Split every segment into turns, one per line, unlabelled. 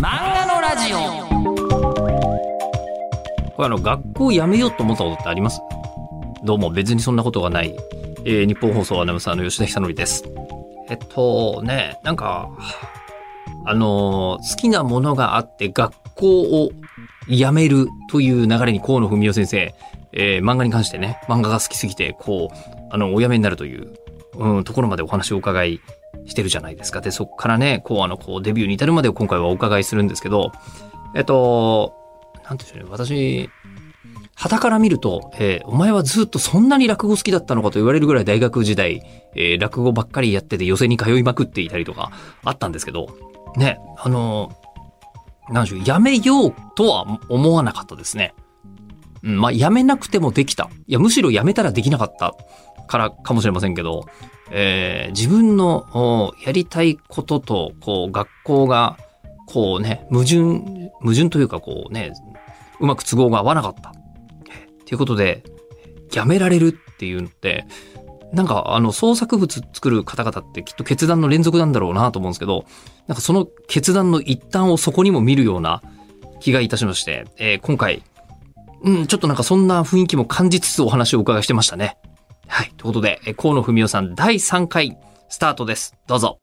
漫画のラジオ
これあの学校辞めようと思ったことってありますどうも別にそんなことがない、えー日本放送アナウンサーの吉田久典ですえっとねなんかあのー好きなものがあって学校を辞めるという流れに河野文雄先生、えー漫画に関してね漫画が好きすぎてこうあのお辞めになるという、うん、ところまでお話をお伺いしてるじゃないですかでそこからねこうあのこうデビューに至るまでを今回はお伺いするんですけどえっとなんていうんでしょうね、私、傍から見ると、えーお前はずっとそんなに落語好きだったのかと言われるぐらい大学時代、えー落語ばっかりやってて寄席に通いまくっていたりとかあったんですけど、ね、あのーなんでしょう、やめようとは思わなかったですね。うん、まあ、やめなくてもできた。いや、むしろやめたらできなかったからかもしれませんけど、えー自分のおやりたいことと、こう、学校が、こうね、矛盾、矛盾というかこうね、うまく都合が合わなかった。ということで、やめられるっていうのって、なんかあの創作物作る方々ってきっと決断の連続なんだろうなと思うんですけど、なんかその決断の一端をそこにも見るような気がいたしまして、えー今回、うん、ちょっとなんかそんな雰囲気も感じつつお話をお伺いしてましたね。はい。ということで、えー河野文夫さん第3回スタートです。どうぞ。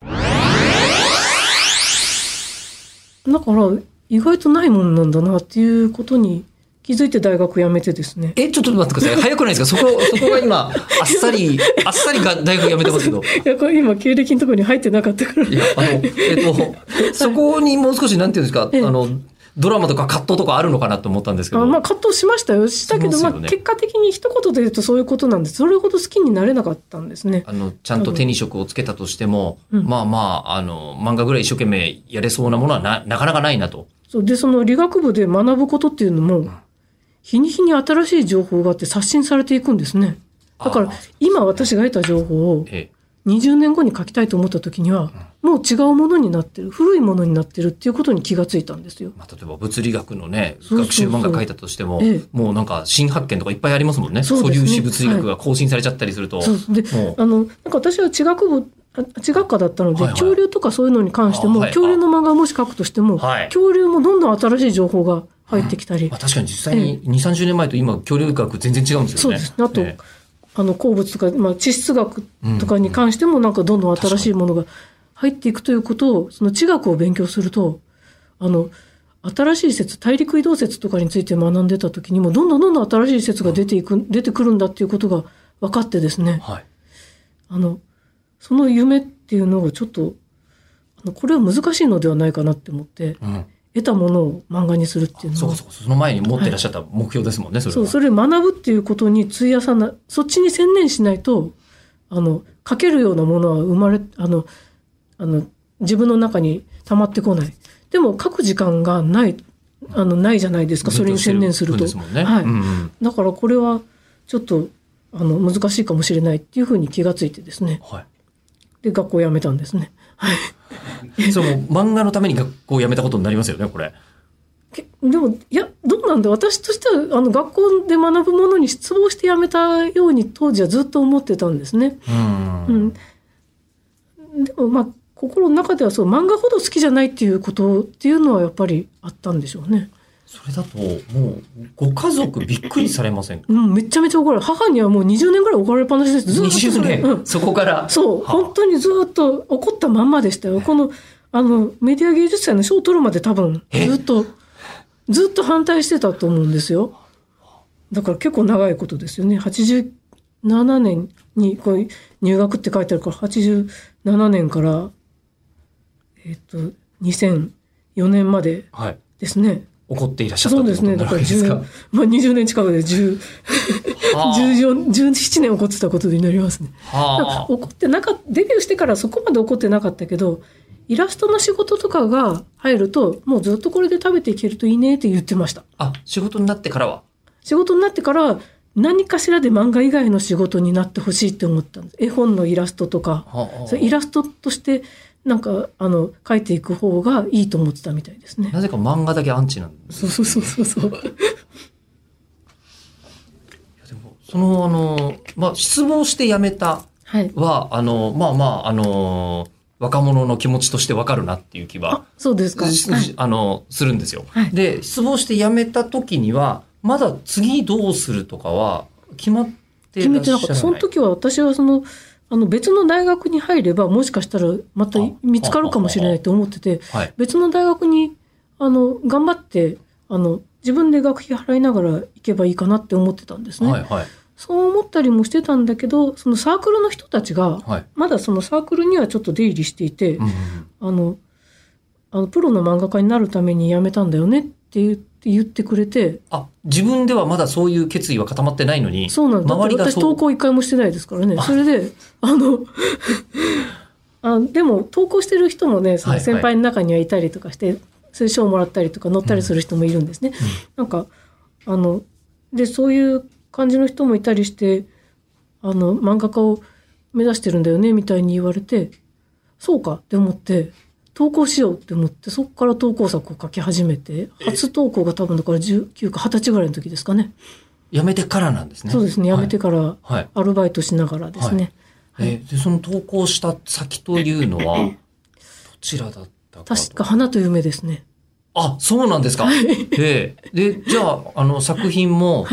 だから意外とないもんなんだなっていうことに気づいて大学辞めてです ね。
え、ちょっと待ってください。早くないですかそこ、そこが今、あっさり、あっさりが大学辞めてますけど。
いやこれ今経歴のところに入ってなかったから。
いや、あの、えっと、そこにもう少し、なんていうんですか、あ
ええ
の、ドラマとか葛藤とかあるのかなと思ったんですけ
あ
ど。
まあ葛藤しましたよしたけど
しま
まあ
すよね
結果的に一言で言うとそういうことなんですそれほど好きになれなかったんですね
あの、ちゃんと手に職をつけたとしても、
うん
まあまあ、あの、漫画ぐらい一生懸命やれそうなものはな、なかなかないなと。
そうでその理学部で学ぶことっていうのも日に日に新しい情報があって刷新されていくんですねだから
ああ
今私が得た情報を
ええ
20年後に書きたいと思った時にはもう違うものになってる古いものになってるっていうことに気がついたんですよ
まあ、例えば物理学のね、
そうそうそう
学習漫画書いたとしても、
ええ
もうなんか新発見とかいっぱいありますもんね。
そう
素
ですね
粒子物理学が更新されちゃったりすると。
そうで
もう
あのなんか私は地学部あ地学科だったので、
はいはい
恐竜とかそういうのに関して
あ
も、
はい
恐竜の漫画をもし書くとしても、
はい
恐竜もどんどん新しい情報が入ってきたり、
まあ、確かに実際に2、30年前と今、恐竜学全然違うんですよ
そう
ね。
ですねあと、
ええ
あの鉱物とか、まあ、地質学とかに関してもなんかどんどん新しいものが入っていくということをその地学を勉強するとあの新しい説大陸移動説とかについて学んでた時にもどんどんどんどん新しい説が出ていく、出てくるんだっていうことが分かってですね、
はい。
あの、その夢っていうのをちょっと、あのこれは難しいのではないかなって思って、
うん。
得たものを漫画にするっていうの
そう
は
かそうかその前に持ってらっしゃった目標ですもんね、それは。
そう、それを学ぶっていうことに費やさな、そっちに専念しないと、あの、書けるようなものは生まれ、あの、あの、自分の中に溜まってこない。でも書く時間がない、あの、ないじゃないですか、それに専念すると。
ですもんね。
はい。
うんうん
だからこれは、ちょっと、あの、難しいかもしれないっていうふうに気がついてですね。
は
で、学校を辞めたんですね。はい。
い。それも漫画のために学校を辞めたことになりますよね、これ。
けでもいやどうなんだ私としてはあの学校で学ぶものに失望してやめたように当時はずっと思ってたんですね。
うん。
うん、でもまあ心の中ではそう漫画ほど好きじゃないっていうことっていうのはやっぱりあったんでしょうね。
それだと、もう、ご家族びっくりされませんか
うん、めちゃめちゃ怒られ母にはもう20年ぐらい怒られっぱなしですずっとそ
20
れ、
年、
うん、
そこから。
そう
はあ
本当にずっと怒ったまんまでしたよこのあのメディア芸術祭の賞を取るまで多分
え
ずっとずっと反対してたと思うんですよだから結構長いことですよね87年にこう入学って書いてあるから87年からえっと2004年まで
はい。
ですね
怒っていらっしゃった
そ
っ
う
てことに
ですね
な
だ
る
か
わ
ら
けです
10
か
年。まあ20年近くで10
はあ
14 17年怒ってたことになりますね
はあ
怒ってなかっデビューしてからそこまで怒ってなかったけどイラストの仕事とかが入るともうずっとこれで食べていけるといいねって言ってました
あ、仕事になってからは。
仕事になってから何かしらで漫画以外の仕事になってほしいって思ったんです絵本のイラストとか
はあ
それイラストとしてなんかあの描いていく方がいいと思ってたみたい ですね
なぜか漫画だけアンチなんです
そうそうそうそうそう
でもそのあの、まあ、失望して辞めた
はい
は、あの、まあまあ、あの、若者の気持ちとしてわかるなっていう気は
あ、そうですか。
し
はい
あの、するんですよ。
はい
で、失望して辞めた時には、まだ次どうするとかは決まってらっし
決
ゃらな
め
い
てなかった。その時は私はその、あの別の大学に入ればもしかしたらまた
あ
見つかるかもしれないと思ってて、
はい。
別の大学に、あの、頑張って、あの、自分で学費払いながら行けばいいかなって思ってたんですね。
はい、はい、
そう思ったりもしてたんだけど、そのサークルの人たちが、
はい。
まだそのサークルにはちょっと出入りしていて、
うんうん
あの、あのプロの漫画家になるために辞めたんだよねって言って言ってくれて、
あ、自分ではまだそういう決意は固まってないのに、
そうなんだ。だっ
周
て
りが
私
そ
投
う。
稿一回もしてないですからね。
あ
それで、あの、あでも投稿してる人もね、そ
はいは
の
い
先輩の中にはいたりとかして、そういう賞もらったりとか乗ったりする人もいるんですね。なんか、あの、で、そういう感じの人もいたりして、あの、漫画家を目指してるんだよね、みたいに言われて、そうかって思って、投稿しようって思って、そこから投稿作を書き始めて、初投稿が多分だから19か20歳ぐらいの時ですかね。
辞めてからなんですね。
そうですね、やめてから。
はい。はい。
アルバイトしながらですね、
えーで、その投稿した先というのは、どちらだったかと
確か花と夢ですね
あ、そうなんですか。で、で、じゃあ、あの、作品も、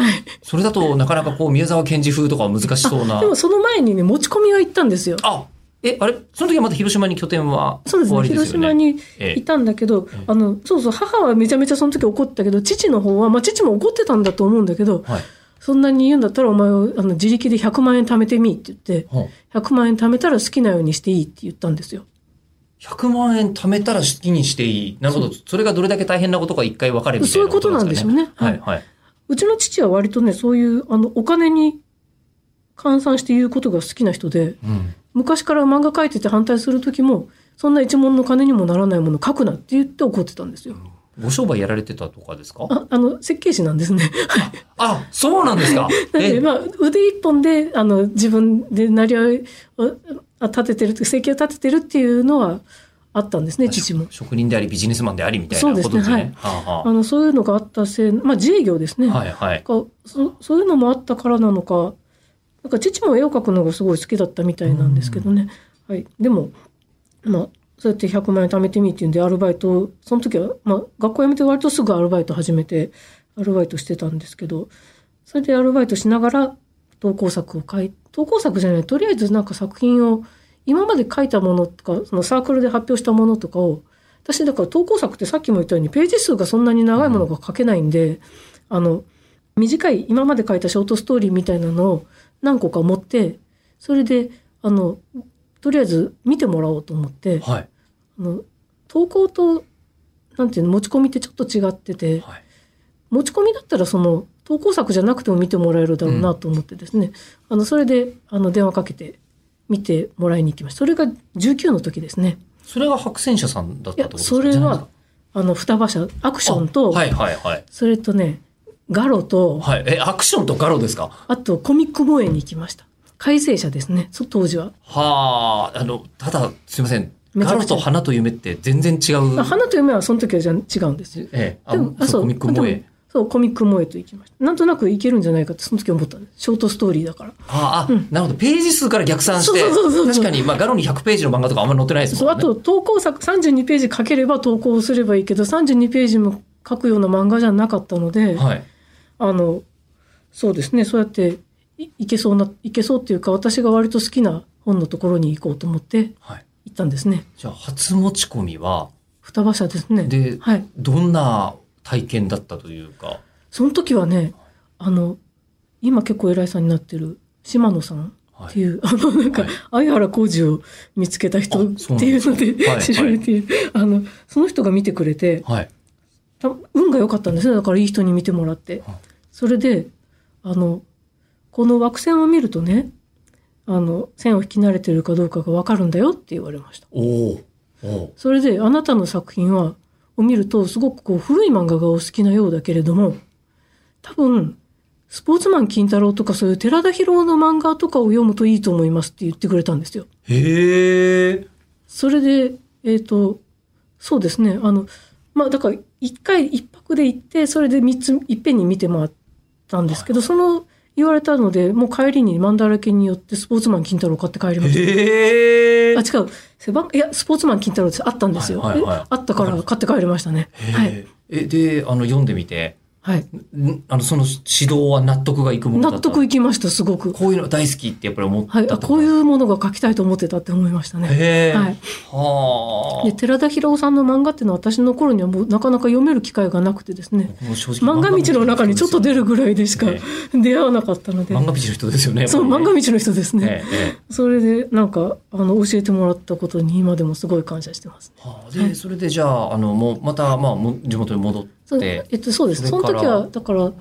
それだとなかなかこう、宮沢賢治風とかは難しそうな
で。もその前にね持ち込みは行ったんですよ
あ、え、あれその時はまた広島に拠点は
そうです
終わ
ね
りです
広
よね。
島に
え
いたんだけど、あのそうそう母はめちゃめちゃその時怒ったけど父の方は、まあ、父も怒ってたんだと思うんだけど
えはい。
そんなに言うんだったらお前をあの自力で100万円貯めてみって言って
ほう
100万円貯めたら好きなようにしていいって言ったんですよ
100万円貯めたら好きにしていい。なるほど。それがどれだけ大変なことか一回分かれみたいな
そういうことなんでしょうね
はい、はい。
うちの父は割とねそういうあのお金に換算して言うことが好きな人で
うん。
昔から漫画描いてて反対する時もそんな一文の金にもならないもの書くなって言って怒ってたんですよ。
ご商売やられてたとかですか
ああの設計士なんですね。
あ、そうなん ですか。
なん
え
で、まあ、腕一本であの自分で成り合いをあ立ててる設計を立ててるっていうのはあったんですね父も。
職人でありビジネスマンでありみたいなことです
そうです
ね
ね。
はあ
あのそういうのがあったせいまあ自営業ですね。
はあはいはい。
なんかそそういうのもあったからなのかなんか父も絵を描くのがすごい好きだったみたいなんですけどね、はい、でも、まあ、そうやって100万円貯めてみっていうんでアルバイトをその時は、まあ、学校辞めて割とすぐアルバイト始めてアルバイトしてたんですけどそれでアルバイトしながら投稿作を書い投稿作じゃないとりあえずなんか作品を今まで書いたものとかそのサークルで発表したものとかを私だから投稿作ってさっきも言ったようにページ数がそんなに長いものが書けないんで、あの短い今まで書いたショートストーリーみたいなのを何個か持ってそれであのとりあえず見てもらおうと思って
はい。
あの投稿となんていうの持ち込みってちょっと違ってて、
はい
持ち込みだったらその投稿作じゃなくても見てもらえるだろうなと思ってですね、あのそれであの電話かけて見てもらいに行きましたそれが19の時ですね
それが白戦車さんだっ
い
たって
や
ことですか
それ
じゃないです
は
か
あの双葉社アクション
あ
と、
はいはいはい。
それとねガロと、
はい。え、アクションとガロですか
あとコミック萌えに行きました。改正者ですね、そ当時は。
はあ、あの、ただ、すいません。
めち
ガ
ゃ
ロ
くちゃ
と花と夢って全然違う。
あ花と夢はその時はじゃ違うんですよ。
ええ、あ
でもあ
そうコミック萌
で
え
も。そう、コミック萌えと行きました。なんとなくいけるんじゃないかってその時思ったんです。ショートストーリーだから。
ああ、なるほど。ページ数から逆算して。
そうそうそうそう
確かに、まあ、ガロに100ページの漫画とかあんま載ってないです
そう、
も
あ
んね。
と投稿作、32ページ書ければ投稿すればいいけど、32ページも書くような漫画じゃなかったので、
はい。
あの、そうですね、そうやっていいけそうな、いけそうっていうか、私が割と好きな本のところに行こうと思って
はい。
行ったんですね。
じゃあ、初持ち込みは、
双葉社ですね。
で
はい。
どんな体験だったというか。
その時はね、あの、今結構偉いさんになってる島野さん
は
って
い。
いう、あの、なんか、
はい
相原浩二を見つけた人っ
あそうなん
て
で
い
す
う
か
ので
はい
知られている、あの、その人が見てくれて、
はい。
た運が良かったんですね。だからいい人に見てもらって
はい。
それで、あの、この枠線を見るとね、あの、線を引き慣れてるかどうかがわかるんだよって言われました。
おおおお
それで、あなたの作品は、を見ると、すごくこう、古い漫画がお好きなようだけれども、多分、スポーツマン金太郎とかそういう寺田博の漫画とかを読むといいと思いますって言ってくれたんですよ。
へえ。
それで、えっ、と、そうですね、あの、まあ、だから、一回、一泊で行って、それで三つ、いっぺんに見て回ったんですけど、その言われたので、もう帰りにマンダラケによってスポーツマン金太郎買って帰りました。
ええ
あ、違う。背番、いや、スポーツマン金太郎ってあったんですよ。
はいはいはい
えあったから買って帰りましたね。はい。
え、で、あの、読んでみて、
はい。
んあの、その指導は納得がいくものだ
納
った。
得いきました、すごく。
こういうの大好きってやっぱり思った
はい。あ
とか。
こういうものが書きたいと思ってたって思いましたね。
へえ
はい。
は
で、寺田博夫さんの漫画っていうのは私の頃にはもうなかなか読める機会がなくてですね。
あ。もう正直
漫画道の中にちょっと出るぐらいでしか
え
出会わなかったので。
漫画道の人ですよね。
そう、漫画道の人ですね。
ね。ええ
それでなんかあの教えてもらったことに今でもすごい感謝してます。
はあ、で、それでじゃあ、あの、もう、また、まあ、も地元に戻っ
そう
て。
えっとそうです。
そ
そ
れ
の
から
時はだから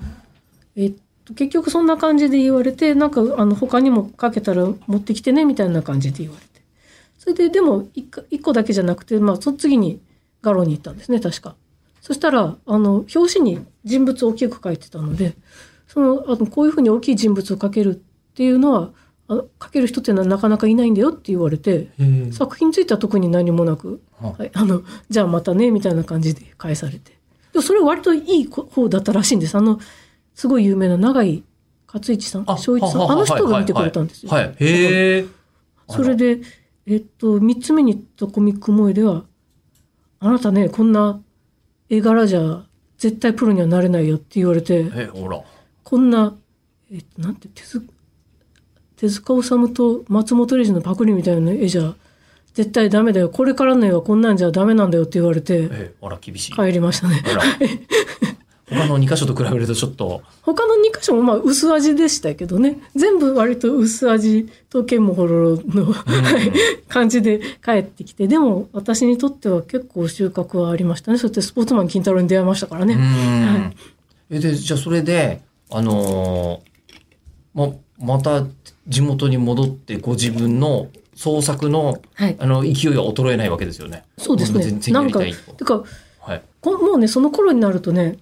えっと結局そんな感じで言われてなんかあの他にもかけたら持ってきてねみたいな感じで言われて。それででも一個一個だけじゃなくてまあその次にガロに行ったんですね確か。そしたらあの表紙に人物を大きく書いてたのでそのあのこういうふうに大きい人物を描けるっていうのはあの描ける人っていうのはなかなかいないんだよって言われて。
へえ
作品については特に何もなく、
は
はい、 あのじゃあまたねみたいな感じで返されてでもそれ割といい方だったらしいんですあのすごい有名な永井勝一さん
あ
正一さ
は
ん
はは
あの人が見てくれたんですよ、
はい。へえ。
それで、えっと、3つ目に言ったコミック萌えでは「あなたねこんな絵柄じゃ絶対プロにはなれないよ」って言われて
え、ほら。
こんな、えっと、なんて手塚手塚治虫と松本零士のパクリみたいな絵じゃ絶対ダメだよこれからの絵はこんなんじゃダメなんだよって言われて
え、ほら、厳しい。
帰りましたね
ほら。他の二箇所と比べるとちょっと、
他の2箇所もまあ薄味でしたけどね全部割と薄味と剣もほろろの 感じで帰ってきてでも私にとっては結構収穫はありましたねそうやってスポーツマン金太郎に出会いましたからね、
うん。え、で、じゃあそれで、あのーま、また地元に戻ってご自分の創作の、
はい
あの、勢いは衰えないわけですよね。
そうです
俺も
ね
全然
な
や
ん
り
か
たい
て
と。
か
はい。
こもうねその頃になるとね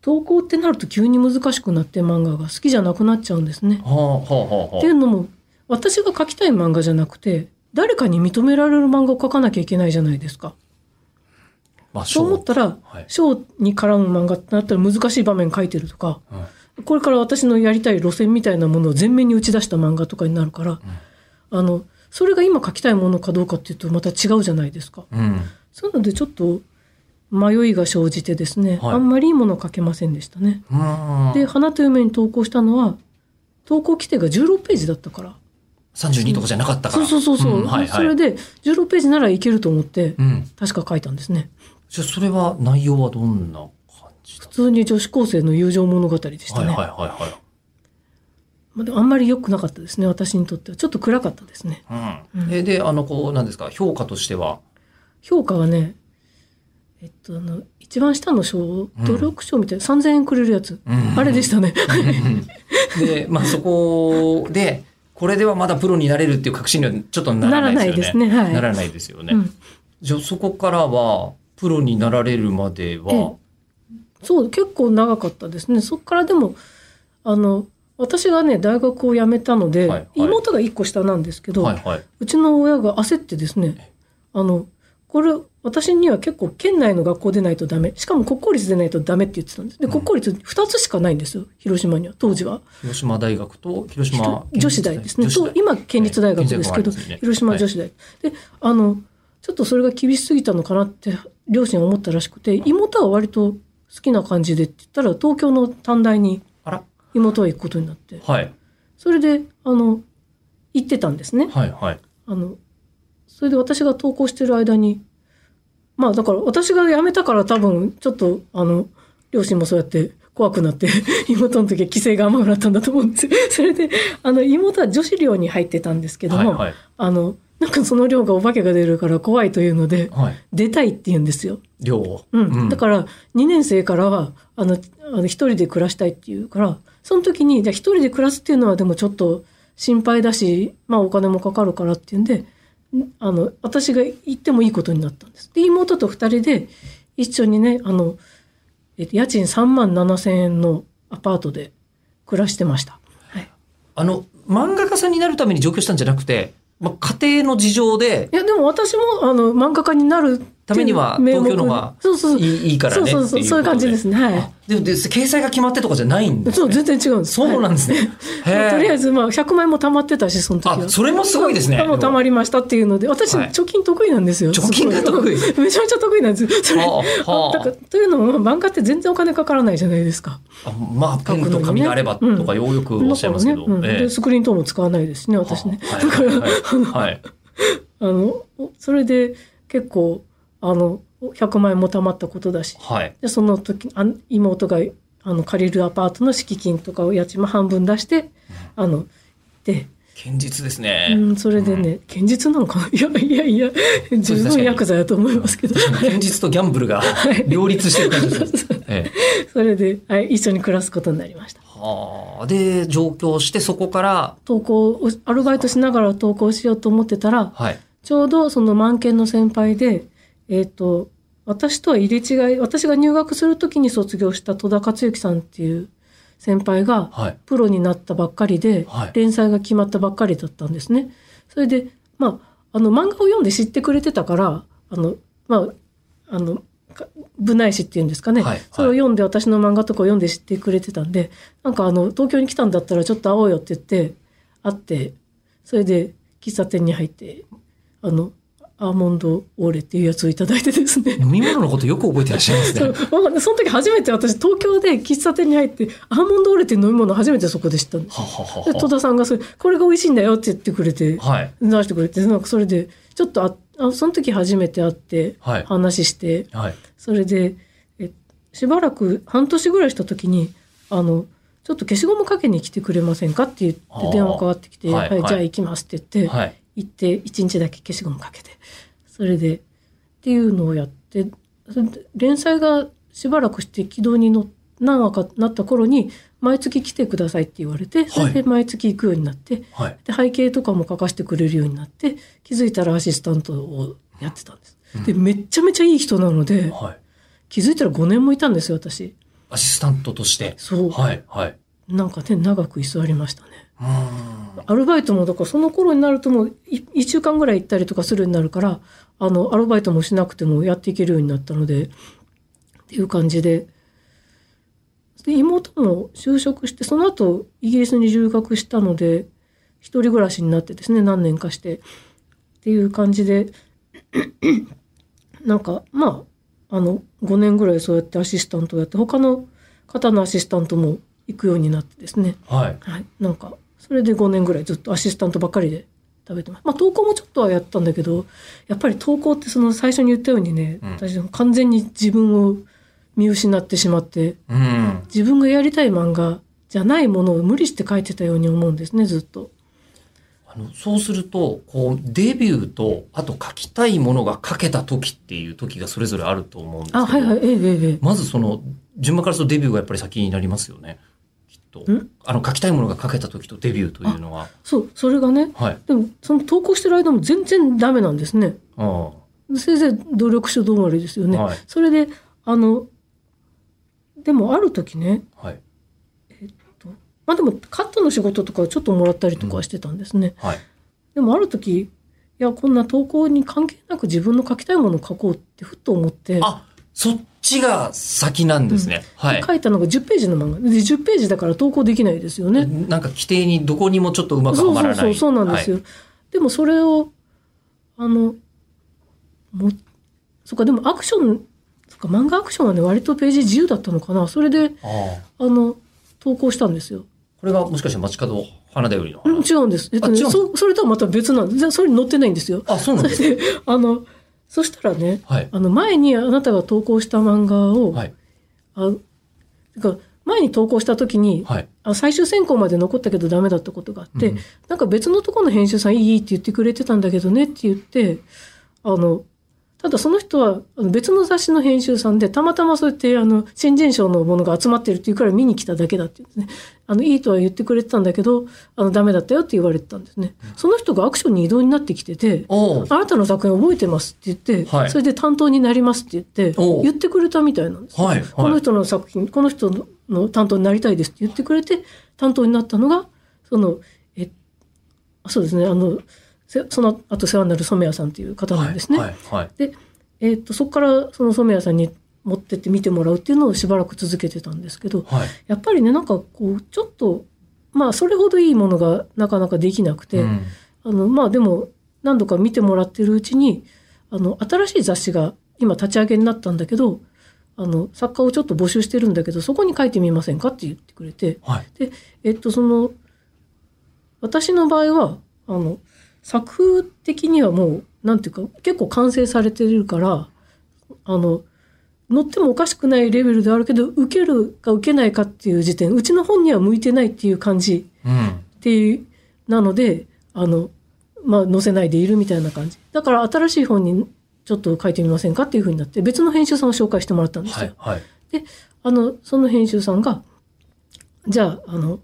投稿ってなると急に難しくなって漫画が好きじゃなくなっちゃうんですね。
はあ、はあ、はあ、
っ
は
ていうのも私が描きたい漫画じゃなくて誰かに認められる漫画を描かなきゃいけないじゃないですか。
あ。まあ、
そう思ったら
はい
賞、に絡む漫画ってなったら難しい場面描いてるとか、
うん
これから私のやりたい路線みたいなものを前面に打ち出した漫画とかになるから、あのそれが今描きたいものかどうかっていうとまた違うじゃないですか。
うん。
そういうのでちょっと迷いが生じてですね、
はい
あんまりいいものを書けませんでしたね。
うん。
で「花と夢」に投稿したのは投稿規定が16ページだったから
32とかじゃなかったか
そ
ら。
うそうそうそう、
んはいはい、
それで16ページならいけると思って
うん。
確か書いたんですね
じゃあそれは内容はどんな感じだっ
普通に女子高生の友情物語でした
たは
ね、
いはいは
まあでもあんまり良くなかったですね私にとってはちょっと暗かったですね
いはい。うん。えで、あの、こう、なんですか、評価としては。
評価はねえっとあの一番下の賞努力賞みたいな、3000円くれるやつ、
ん
あれでし たね
で、まあそこで、これではまだプロになれるっていう確信にはちょっとならないですよね。
ならないですねはい
ならないですよね。
うん
じゃあそこからは、プロになられるまでは、
そう結構長かったですねそこからでもあの私がね大学を辞めたので、
はいはい
妹が1個下なんですけど、
はいはい。
うちの親が焦ってですねあのこれ私には結構県内の学校でないとダメしかも国公立でないとダメって言ってたんですで国公立2つしかないんですよ広島には当時は、
広島大学と広島
女子大ですね
女子
と
大
今県立大学ですけど、
県立大学もありますよね
広島女子大、であのちょっとそれが厳しすぎたのかなって両親は思ったらしくて妹は割と好きな感じでって言ったら東京の短大に
あら
妹は行くことになって
はい。
それであの行ってたんですね
はいはい。
あのそれで私が投稿してる間にまあだから私が辞めたから多分ちょっとあの両親もそうやって怖くなって 妹の時は規制が甘くなったんだと思うんです それであの妹は女子寮に入ってたんですけど
はい
も、
はい。
あのなんかその寮がお化けが出るから怖いというので
はい。
出たいって言うんですよ。
量を。
うんだから2年生からはあのあの一人で暮らしたいっていうからその時にじゃあ一人で暮らすっていうのはでもちょっと心配だし、まあ、お金もかかるからっていうんでんあの私が行ってもいいことになったんです。で妹と2人で一緒にねあの、えっと、家賃3万7千円のアパートで暮らしてました。はい、
あの、漫画家さんになるために上京したんじゃなくて、まあ、家庭の事情で、
いやでも私もあの漫画家になる
ためには
名
東
目
京の方が
そうそうそう
いいいいからねっていう
そうそうそうそういう感じですねはい
あでもで掲載が決まってとかじゃないんです
そう全然違うんです
そうなんですね、
はい
へえ
とりあえずまあ100万円も貯まってたしその時は
あそれもすごいですね
もう貯まりましたっていうので私
はい
貯金得意なんですよ、
貯金が
すごい
得
めちゃめちゃ得意なんですよそれ
はあはあ
だからというのもまあ漫画って全然お金かからないじゃないですか
あまあペンと紙があればとかようよくおっしゃいますけど、
だからねう
え
ん
え
でスクリーン等も使わないですしね私ね、
はあはいはいはい
あのおそれで結構あの100万円も貯まったことだし
はい
でその時あ妹があの借りるアパートの敷金とかを家賃も半分出してあので、
堅実ですね、
うん、それでね、堅実なの かないやいやいや十
確か
分
に
ヤクザやと思いますけど
堅実とギャンブルが両立してる感じですね、ええ
それで、はい、一緒に暮らすことになりました。
はあで上京してそこから
投稿をアルバイトしながら投稿しようと思ってたら、
はい
ちょうどその満研の先輩で、えっ、と、私とは入れ違い、私が入学するときに卒業した戸田克之さんっていう先輩が、
はい
プロになったばっかりで、
はい
連載が決まったばっかりだったんですね。それで、まあ、あの、漫画を読んで知ってくれてたから、あの、まあ、あの、か部内誌っていうんですかね、
はいはい
それを読んで私の漫画とかを読んで知ってくれてたんで、なんかあの、東京に来たんだったらちょっと会おうよって言って、会って、それで喫茶店に入って、あの、アーモンドオーレっていうやつをいただいてですね。
飲み物のことよく覚えてらっしゃいます
そ
ね
うわかんないその時初めて私東京で喫茶店に入ってアーモンドオーレっていう飲み物初めてそこで知ったんです
はあは
で戸田さんがそれ「これが美味しいんだよ」って言ってくれて
あはあはい
出してくれてなんかそれでちょっとああその時初めて会って
はい
話して、
はい
それでえしばらく半年ぐらいした時に「あのちょっと消しゴムかけに来てくれませんか?」って言って
あー
電話かかってきて「
は
はいい、
はい
じゃあ行きます」って言って、
はい
行って一日だけ消しゴムかけてそれでっていうのをやってそれで連載がしばらくして軌道に乗っ何話かなった頃に毎月来てくださいって言われてそれで毎月行くようになって、
はい
で背景とかも書かせてくれるようになって気づいたらアシスタントをやってたんです。でめっちゃめちゃいい人なので
はい
気づいたら5年もいたんですよ私。
アシスタントとして
そう、
はいはい
なんかね長く居座りましたね。
うーん
アルバイトもだからその頃になるともう1週間ぐらい行ったりとかするようになるからあのアルバイトもしなくてもやっていけるようになったのでっていう感じでで妹も就職してその後イギリスに留学したので一人暮らしになってですね何年かしてっていう感じで なんかまああの5年ぐらいそうやってアシスタントをやって他の方のアシスタントも行くようになってですね
はい
はい、なんかそれで5年ぐらいずっとアシスタントばっかりで食べてます、まあ、投稿もちょっとはやったんだけどやっぱり投稿ってその最初に言ったようにね、
うん
私完全に自分を見失ってしまって
うん
自分がやりたい漫画じゃないものを無理して書いてたように思うんですねずっと。
あのそうするとこうデビューとあと書きたいものが書けた時っていう時がそれぞれあると思うんですけど
あはいはいええええええ。
まずその順番からするとデビューがやっぱり先になりますよねきっと
ん
あの書きたいものが書けた時とデビューというのは
そうそれがね
はい
でもその投稿してる間も全然ダメなんですね。
あ
先生努力書止まりですよ
あ
ね。
はい
それであのでもある時ね
はい
まあでもカットの仕事とかはちょっともらったりとかはしてたんですね。
はい
でもある時いやこんな投稿に関係なく自分の書きたいものを書こうってふっと思って、
あそっちが先なんですね、はい
書いたのが10ページの漫画で10ページだから投稿できないですよね。
なんか規定にどこにもちょっとうまく
そ
は
う
ま
そ
ら
う
ない
そうそうなんですよ。でもそれをあのもそっかでもアクションそっか漫画アクションはね割とページ自由だったのかなそれで
はいああ
あの投稿したんですよ。
これがもしかして街角花だよりの
うん
話、
違うんです。えっとね
あ違うの
そそれとはまた別なんですじゃあ。それに載ってないんですよ。
あそうなんですね
で あのそしたらね
はい
あの前にあなたが投稿した漫画を、
はい
あてか前に投稿した時に、
はい
あ最終選考まで残ったけどダメだったことがあって、
うん
なんか別のところの編集さんいいって言ってくれてたんだけどねって言ってあのただその人はあの別の雑誌の編集さんでたまたまそうやってあの新人賞のものが集まってるっていうから見に来ただけだって言うんですねあのいいとは言ってくれてたんだけどあのダメだったよって言われてたんですね、その人がアクションに異動になってきてて、
おう
あなたの作品覚えてますって言って、
はい
それで担当になりますって言って
おう、
言ってくれたみたいなんです。
はいはい
この人の作品、この人の担当になりたいですって言ってくれて、担当になったのが、その、え、そうですね、あの、せその後世話になる染谷さんという方なんですね。
はいはいはい
で、ええー、とそこからその染谷さんに持ってって見てもらうっていうのをしばらく続けてたんですけど
はい。
やっぱりねなんかこうちょっとまあそれほどいいものがなかなかできなくて、
うん
あのまあでも何度か見てもらってるうちにあの新しい雑誌が今立ち上げになったんだけどあの作家をちょっと募集してるんだけどそこに書いてみませんかって言ってくれて
はい。
えっとその私の場合はあの作風的にはもうなんていうか結構完成されてるからあの乗ってもおかしくないレベルではあるけど受けるか受けないかっていう時点うちの本には向いてないっていう感じ
うん。
っていうなのであの、まあ、載せないでいるみたいな感じだから新しい本にちょっと書いてみませんかっていうふうになって別の編集さんを紹介してもらったんですよ。
はい。はい。
あのその編集さんが「じゃああの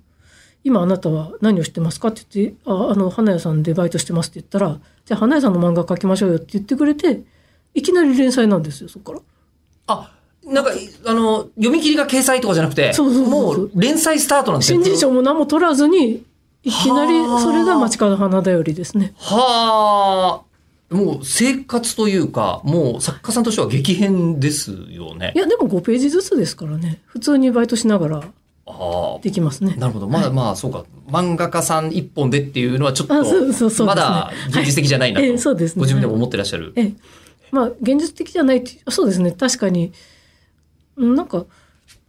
今あなたは何をしてますか?」って言って「ああの花屋さんでバイトしてます」って言ったら「じゃあ花屋さんの漫画描きましょうよ」って言ってくれていきなり連載なんですよそこから。
あ、なんか、あの、読み切りが掲載とかじゃなくて、
そうそうそう
も
そう
う連載スタートなんです
新
ね。
人賞も何も取らずにいきなり
はあ
それが「街から花だより」ですね。
はあ、もう生活というか、もう作家さんとしては激変ですよね
い。やでも5ページずつですからね普通にバイトしながら
ああ、
できますね。
なるほど。まだまあ、そうか。漫画家さん一本でっていうのはちょっ
あそうそう
と、
そう
ま
ですね
だ現実的じゃないなと、
ええそうですね
ご自分でも思ってらっしゃる。
ええ、まあ現実的じゃないってあそうですね確かにうんなんか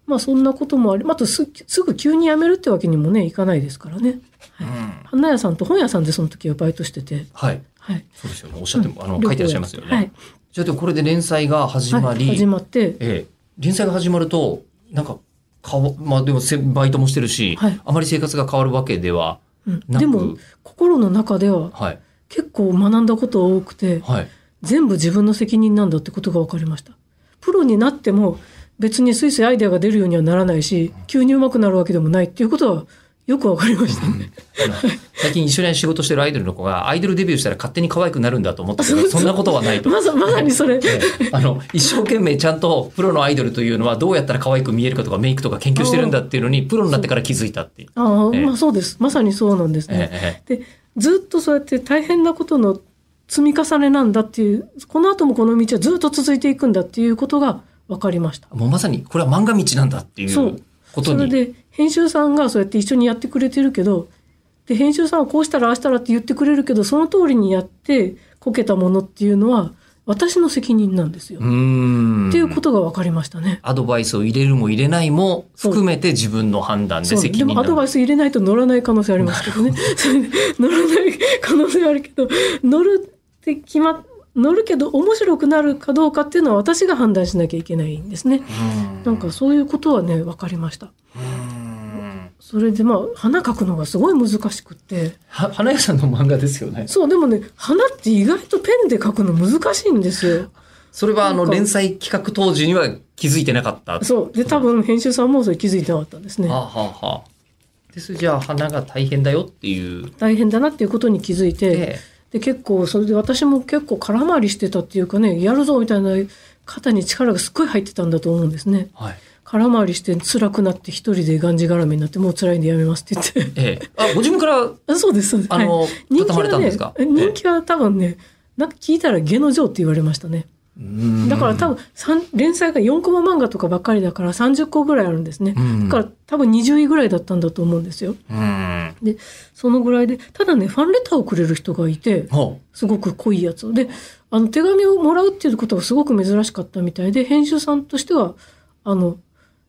まあそんなこともありあとすすぐ急に辞めるってわけにもねいかないですからね
うん。
花屋さんと本屋さんでその時はバイトしてて
はい。
はい
そうですよね。おっしゃっても、あの、
両
書
方
いてらっしゃいますよね。
はい、
じゃあ、でもこれで連載が始まり、
はい始まって
ええ、連載が始まると、なんか、かわ、まあでもせ、バイトもしてるし、
はい
あまり生活が変わるわけでは、
うん
なく
でも心の中では
はい、
結構学んだことが多くて
はい。
全部自分の責任なんだってことが分かりましたプロになっても別にスイスイアイデアが出るようにはならないし急に上手くなるわけでもないっていうことはよく分かりましたね
あの最近一緒に仕事してるアイドルの子が、アイドルデビューしたら勝手に可愛くなるんだと思ったけど、そんなことはないと。
まさまさにそれ
ええあの、一生懸命ちゃんとプロのアイドルというのはどうやったら可愛く見えるかとかメイクとか研究してるんだっていうのに、プロになってから気づいたっていう。
ああ、
ええ
まあそうです。まさにそうなんです
ええ
ね。
ええ
で、ずっとそうやって大変なことの積み重ねなんだっていう、この後もこの道はずっと続いていくんだっていうことが分かりました。
もうまさに、これは漫画道なんだってい
そうう
こと
それ
に。
で、編集さんがそうやって一緒にやってくれてるけど、で、編集さんはこうしたらああしたらって言ってくれるけど、その通りにやってこけたものっていうのは、私の責任なんですよ。
うーん。
っていうことが分かりましたね。
アドバイスを入れるも入れないも含めて自分の判断で
そう
責
で
任
も
な
アド
の
バイス入れないと乗らない可能性ありますけど ねそれで乗らない可能性はあるけど乗るって決まっ乗るけど面白くなるかどうかっていうのは私が判断しなきゃいけないんですね。
うん
なんかそういうことはね分かりました。
うん
それでまあ花描くのがすごい難しくって
は花屋さんの漫画ですよね。
そうでもね花って意外とペンで描くの難しいんですよ。
それはあの
なんか
連載企画当時には気づいてなかった。
そうで多分編集さんもそれ気づいてなかったんですね。
はあ、はあはあ、ですじゃあ花が大変だよっていう。
大変だなっていうことに気づいて。
で
で結構それで私も結構空回りしてたっていうかねやるぞみたいな肩に力がすっごい入ってたんだと思うんですね
はい
空回りして辛くなって一人でがんじがらめになってもう辛いんでやめますって言って
ええ、あご自分から
あそうですそうです
あの、
はい、
畳まれた
は
ん
ね
ですか
人気は多分ねなんか聞いたら下の上って言われましたねだから多
分、
分三連載が4コマ漫画とかばっかりだから30個ぐらいあるんですね
うん
だから多分20位ぐらいだったんだと思うんですよ
うん
そのぐらいでただねファンレターをくれる人がいて
ほ
すごく濃いやつをであの手紙をもらうっていうことがすごく珍しかったみたいで編集さんとしてはあの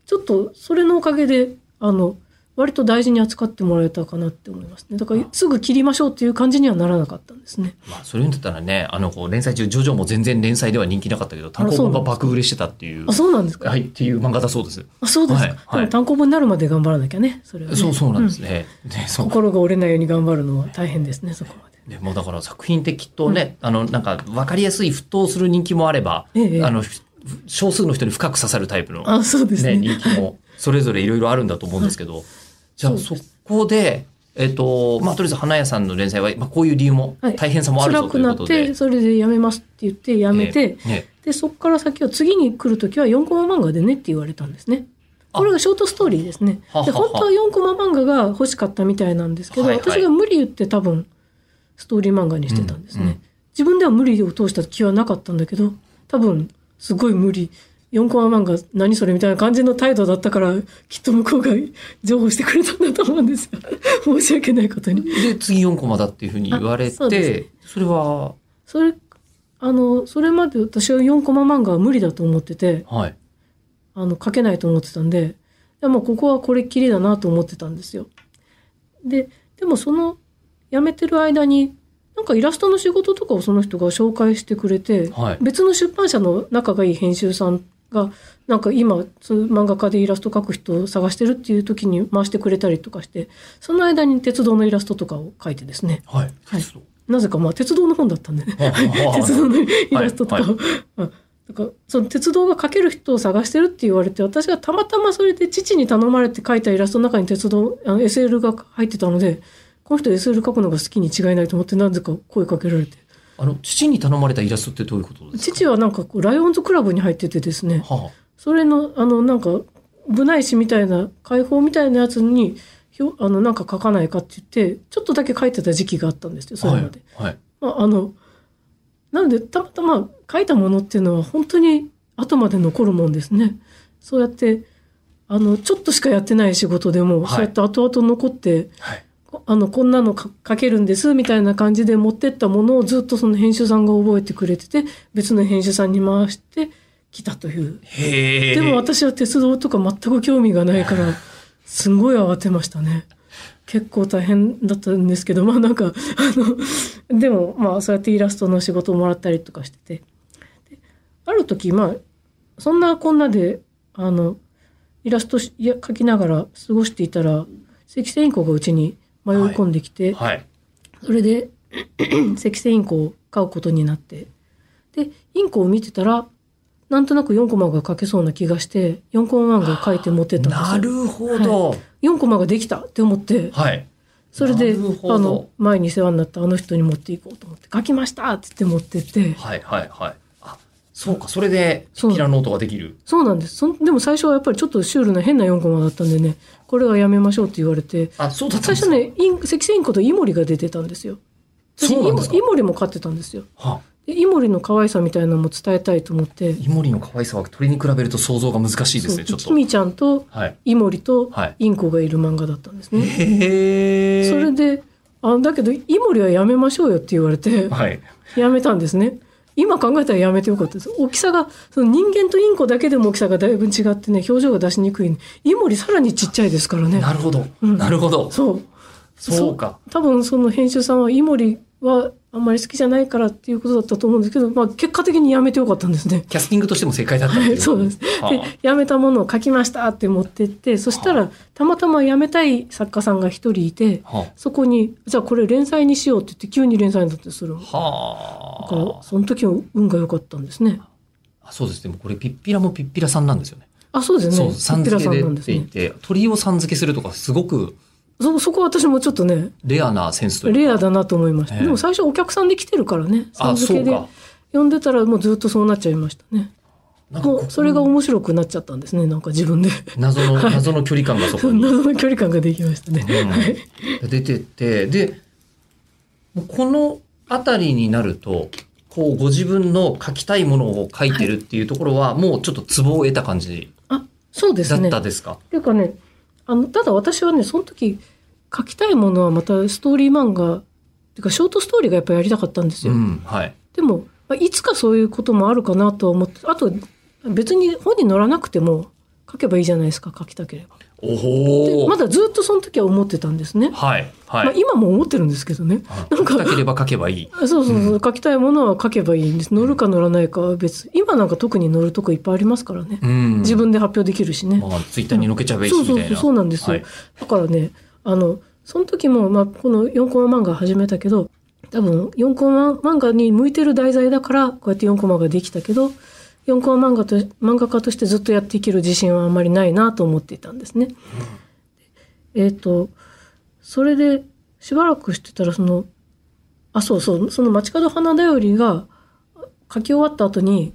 ちょっとそれのおかげであの割と大事に扱ってもらえたかなって思いますねだからすぐ切りましょうっていう感じにはならなかったんですね
うまあ、それ言うんだったらねあのこう連載中ジョジョも全然連載では人気なかったけど単行本が爆売れしてたっていう
あそうなんですか、
はいっていう漫画だそうです。
あそうですか、
はいはい
でも単行本になるまで頑張らなきゃねそれはね
そうそうなんですね。ねそう
心が折れないように頑張るのは大変ですねそこまで
でもうだから作品ってきっとね、あのなんか分かりやすい沸騰する人気もあれば、
ええ
あのふ少数の人に深く刺さるタイプの、
あそうです
ね
ね
人気もそれぞれいろいろあるんだと思うんですけど、じゃあそこで、えっとまあ、とりあえず花屋さんの連載は、まあ、こういう理由も
はい
大変さもある
辛
ぞと
く
いう
な
こと
っ
で。
てそれでやめますって言ってやめて、
ええね
でそこから先は次に来る時は4コマ漫画でねって言われたんですね。
あ
これがショートストーリーですね。
はは
で本当は4コマ漫画が欲しかったみたいなんですけ
は
ど、
いはい
私が無理言って多分ストーリー漫画にしてたんですね。
うんうん
自分では無理を通した気はなかったんだけど多分すごい無理4コマ漫画何それみたいな感じの態度だったからきっと向こうが譲歩してくれたんだと思うんですよ 申し訳ないことに。
で、次4コマだっていうふうに言われ
あそうで
て、それは、
それあのそれまで私は4コマ漫画は無理だと思ってて
はい。
あの書けないと思ってたんでいやもうここはこれっきりだなと思ってたんですよ。ででもその辞めてる間になんかイラストの仕事とかをその人が紹介してくれて、
はい
別の出版社の仲がいい編集さんがなんか今そういう漫画家でイラスト描く人を探してるっていう時に回してくれたりとかしてその間に鉄道のイラストとかを描いてですね
はい。
はいなぜかまあ鉄道の本だったんでね
あああ
鉄道のイラストとかを、
はい
うんだからその鉄道が描ける人を探してるって言われて私がたまたまそれで父に頼まれて描いたイラストの中に鉄道あの SL が入ってたのでこの人 SL 描くのが好きに違いないと思ってなぜか声かけられて
あの、父に頼まれたイラストってどういうことですか
父はなんかこうライオンズクラブに入っててですね
は
それのあのなんか部内誌みたいな解放みたいなやつにひょあのなんか書かないかって言ってちょっとだけ書いてた時期があったんですよ
あ、
それ
は
ま
い
で。。
はい。
まあ、あのなのでたまたま書いたものっていうのは本当に後まで残るもんですね。そうやってあのちょっとしかやってない仕事でも、
はい
そうやって後々残って
はい。
こあのこんなのか書けるんですみたいな感じで持ってったものをずっとその編集さんが覚えてくれてて別の編集さんに回してきたという。
へえ。
でも私は鉄道とか全く興味がないからすんごい慌てましたね。結構大変だったんですけどまあなんかあのでもまあそうやってイラストの仕事をもらったりとかしててである時まあそんなこんなであのイラストしいや描きながら過ごしていたら赤線インコがうちに迷い込んできて、
はい。
それで 赤線インコを飼うことになってでインコを見てたらなんとなく4コマが書けそうな気がして4コマ漫画を書いて持ってったんです
なる
よ。
ほど。
4コマができたって思って
はい。
それで
なるほど
あの前に世話になったあの人に持っていこうと思って「書きました!」って言って持ってって
はい、はい、はい。あ、そうか、それで、
そう
キラノートができる。
そうなんですそんでも最初はやっぱりちょっとシュールな変な4コマだったんでねこれはやめましょうって言われて
あ、そうだったん
最
です
初
か。
ねイン赤線インコとイモリが出てたんですよ。私
そうなんですか
イモイモリも飼ってたんですよ。
はあ、
でイモリの可愛さみたいなのも伝えたいと思って。
イモリの可愛さは鳥に比べると想像が難しいですね、ち
そ
ょ
う
っ
キ
と。
ミちゃんと
はい。
イモリと
はい
インコがいる漫画だったんですね。
へえ。
それであだけどイモリはやめましょうよって言われて
はい。
やめたんですね。今考えたらやめてよかったです。大きさがその人間とインコだけでも大きさがだいぶ違ってね表情が出しにくい、イモリさらにちっちゃいですからね
な。るほど。
うん
なるほど。
そう
そうか。
多分その編集さんはイモリはあんまり好きじゃないからっていうことだったと思うんですけど、まあ、結果的にやめてよかったんですね。
キャスティングとしても正解だった
はい そうです。で
は あ、
辞めたものを書きましたって持ってってそしたらたまたま辞めたい作家さんが一人いて
は
そこにじゃあこれ連載にしようって言って急に連載になってするのだ
あは
か
あ
らその時は運が良かったんですね
あそうです。でもこれピッピラもピッピラさんなんですよね。
あそうです
そ
ね
う、さん
ピ
付
ラ
け
さ
で
んな
っ
んです
て言っ
ね
て、鳥をさん付けするとかすごく
そそこは私もちょっとね
レアなセンスというか。
レアだなと思いました、
ええ
でも最初お客さんで来てるからねさん
あ、
付
そ
け
う
で
か。
呼んでたらもうずっとそうなっちゃいましたね
なんか
も
こ
うそれが面白くなっちゃったんですねなんか自分で
謎の、謎の距離感がそこ
謎
に。
の距離感ができましたね、
うん
はい
出てって、で、もうこのあたりになると、こう、ご自分の書きたいものを書いてるっていうところは、もうちょっとツボを得た感じ
あそうです
だ
ね
ったですか
っていうかねあのただ私はねその時書きたいものはまたストーリー漫画っていうかショートストーリーがやっぱりやりたかったんです
う
よ、
ん、はい。
でも、まあ、いつかそういうこともあるかなとは思ってあと別に本に載らなくても書けばいいじゃないですか書きたければ
お
で
ほー
まだずっとその時は思ってたんですね、
はい、はい。
まあ、今も思ってるんですけどね
あ
なんか
書きたければ書けばいい。
あそうそうそう書きたいものは書けばいいんです載るか載らないかは別今なんか特に載るとこいっぱいありますからね、
うん。
自分で発表できるしね、
まあ、ツイッターにのけちゃえばいいし
そう
みたい
そ
うな。
そうそうなんです
は
よ、
い
だからねあのその時も、まあ、この4コマ漫画始めたけど多分4コマ漫画に向いてる題材だからこうやって4コマができたけど4コマ漫画と漫画家としてずっとやっていける自信はあんまりないなと思っていたんですね。えっ、とそれでしばらくしてたらそのあそうそうその「街角花だより」が書き終わった後に、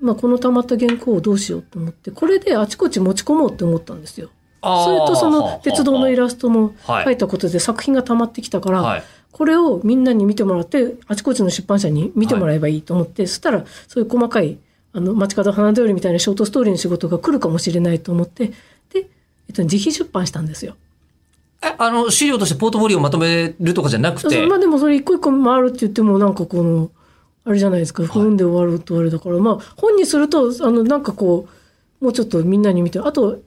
まあ、このたまった原稿をどうしようと思ってこれであちこち持ち込もうって思ったんですよ。
あー
それとその鉄道のイラストも
はい
書いたことで作品が溜まってきたから、
はい。
これをみんなに見てもらってあちこちの出版社に見てもらえばいいと思って、そしたらそういう細かいあの街角花よりみたいなショートストーリーの仕事が来るかもしれないと思ってで、えっと、自費出版したんですよ。
えあの、資料としてポートフォリオをまとめるとかじゃなく
そ
て
うま、あでもそれ一個一個回るって言ってもなんかこのあれじゃないですか本で終わるとあれだから、まあ本にするとあのなんかこうもうちょっとみんなに見てあと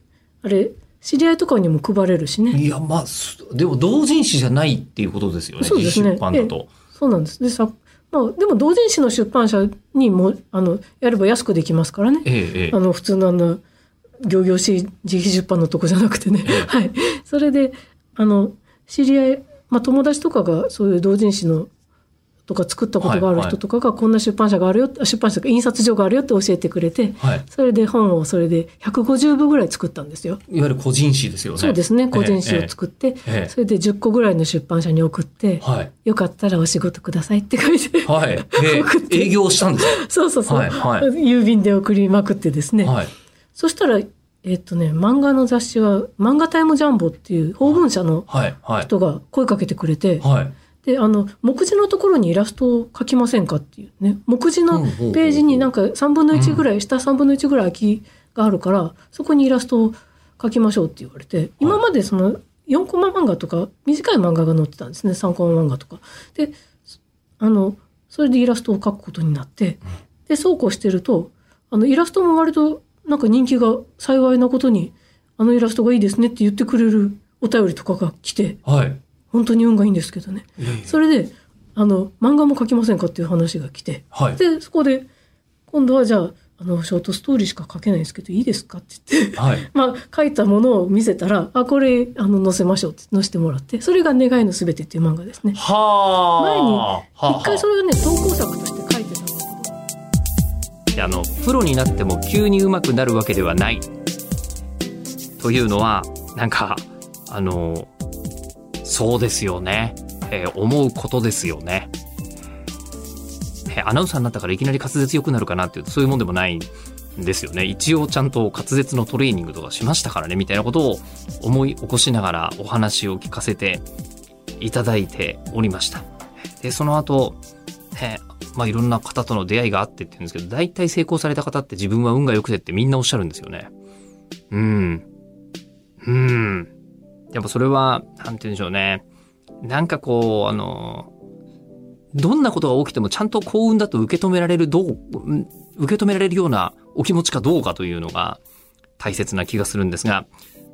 あれ知り合いとかにも配れるしね
いや、まあ、すでも同人誌じゃないっていうことですよね、
そうですね
自費出版だと。
そうなんですでさ、まあ、でも同人誌の出版社にもあのやれば安くできますからね
ええ、ええ
あ。の普通のあの行々しい自費出版のとこじゃなくてね、 はい、それであの知り合い、まあ、友達とかがそういう同人誌のとか作ったことが
は
あ
い
る
はい
人とかがこんな出版社があるよあ出版社とか印刷所があるよって教えてくれて
はい。
それで本をそれで150部ぐらい作ったんですよ。
いわゆる個人誌ですよね。
そうですね個人誌
えええ
を
え
作って
ええ
それで10個ぐらいの出版社に送って
はい。
「よかったらお仕事ください」って書いて
はい。で
送っ、て
営業したんです
そうそうそう
はいはい
郵便で送りまくってですね
よ。はい。
そしたら、えっとね、漫画の雑誌は、漫画タイムジャンボっていう、法文社の
はい。はい。
人が声かけてくれて、
はい。
で、あの、目次のところにイラストを描きませんかっていうね、目次
う
の
んほうほう
ページになんか3分の1ぐらい、下3分の1ぐらい空きがあるから、そこにイラストを描きましょうって言われて、今までその4コマ漫画とか、短い漫画が載ってたんですね、3コマ漫画とか。で、あの、それでイラストを描くことになって、で、そうこうしてると、あの、イラストも割と、なんか人気が幸いなことに、あのイラストがいいですねって言ってくれるお便りとかが来て、
はい。
本当に運がいいんですけどね。それで、あの、漫画も書きませんかっていう話が来て、
はい。
で、そこで、今度はじゃあ、あの、ショートストーリーしか書けないんですけど、いいですかって言って、
はい。
まあ、書いたものを見せたら、あ、これ、あの、載せましょうって載せてもらって、それが願いのすべてっていう漫画ですね。前に
はあ。
一回それをね、投稿作として書いてたんですけど、
であのプロになっても急に上手くなるわけではないというのはなんかあのそうですよね、えー思うことですよね、えーアナウンサーになったからいきなり滑舌良くなるかなっていうとそういうもんでもないんですよね一応ちゃんと滑舌のトレーニングとかしましたからねみたいなことを思い起こしながらお話を聞かせていただいておりましたでその後、えーまあ、いろんな方との出会いがあってって言うんですけど、大体成功された方って自分は運が良くてってみんなおっしゃるんですよね。うん。うん。やっぱそれは、なんて言うんでしょうね。なんかこう、あの、どんなことが起きてもちゃんと幸運だと受け止められる、どう、うん受け止められるようなお気持ちかどうかというのが大切な気がするんですが、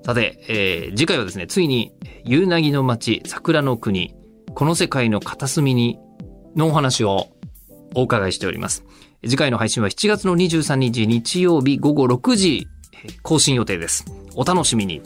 さて、えー次回はですね、ついに、夕凪の町、桜の国、この世界の片隅に、のお話をお伺いしております。次回の配信は7月の23日日曜日午後6時えー更新予定です。お楽しみに。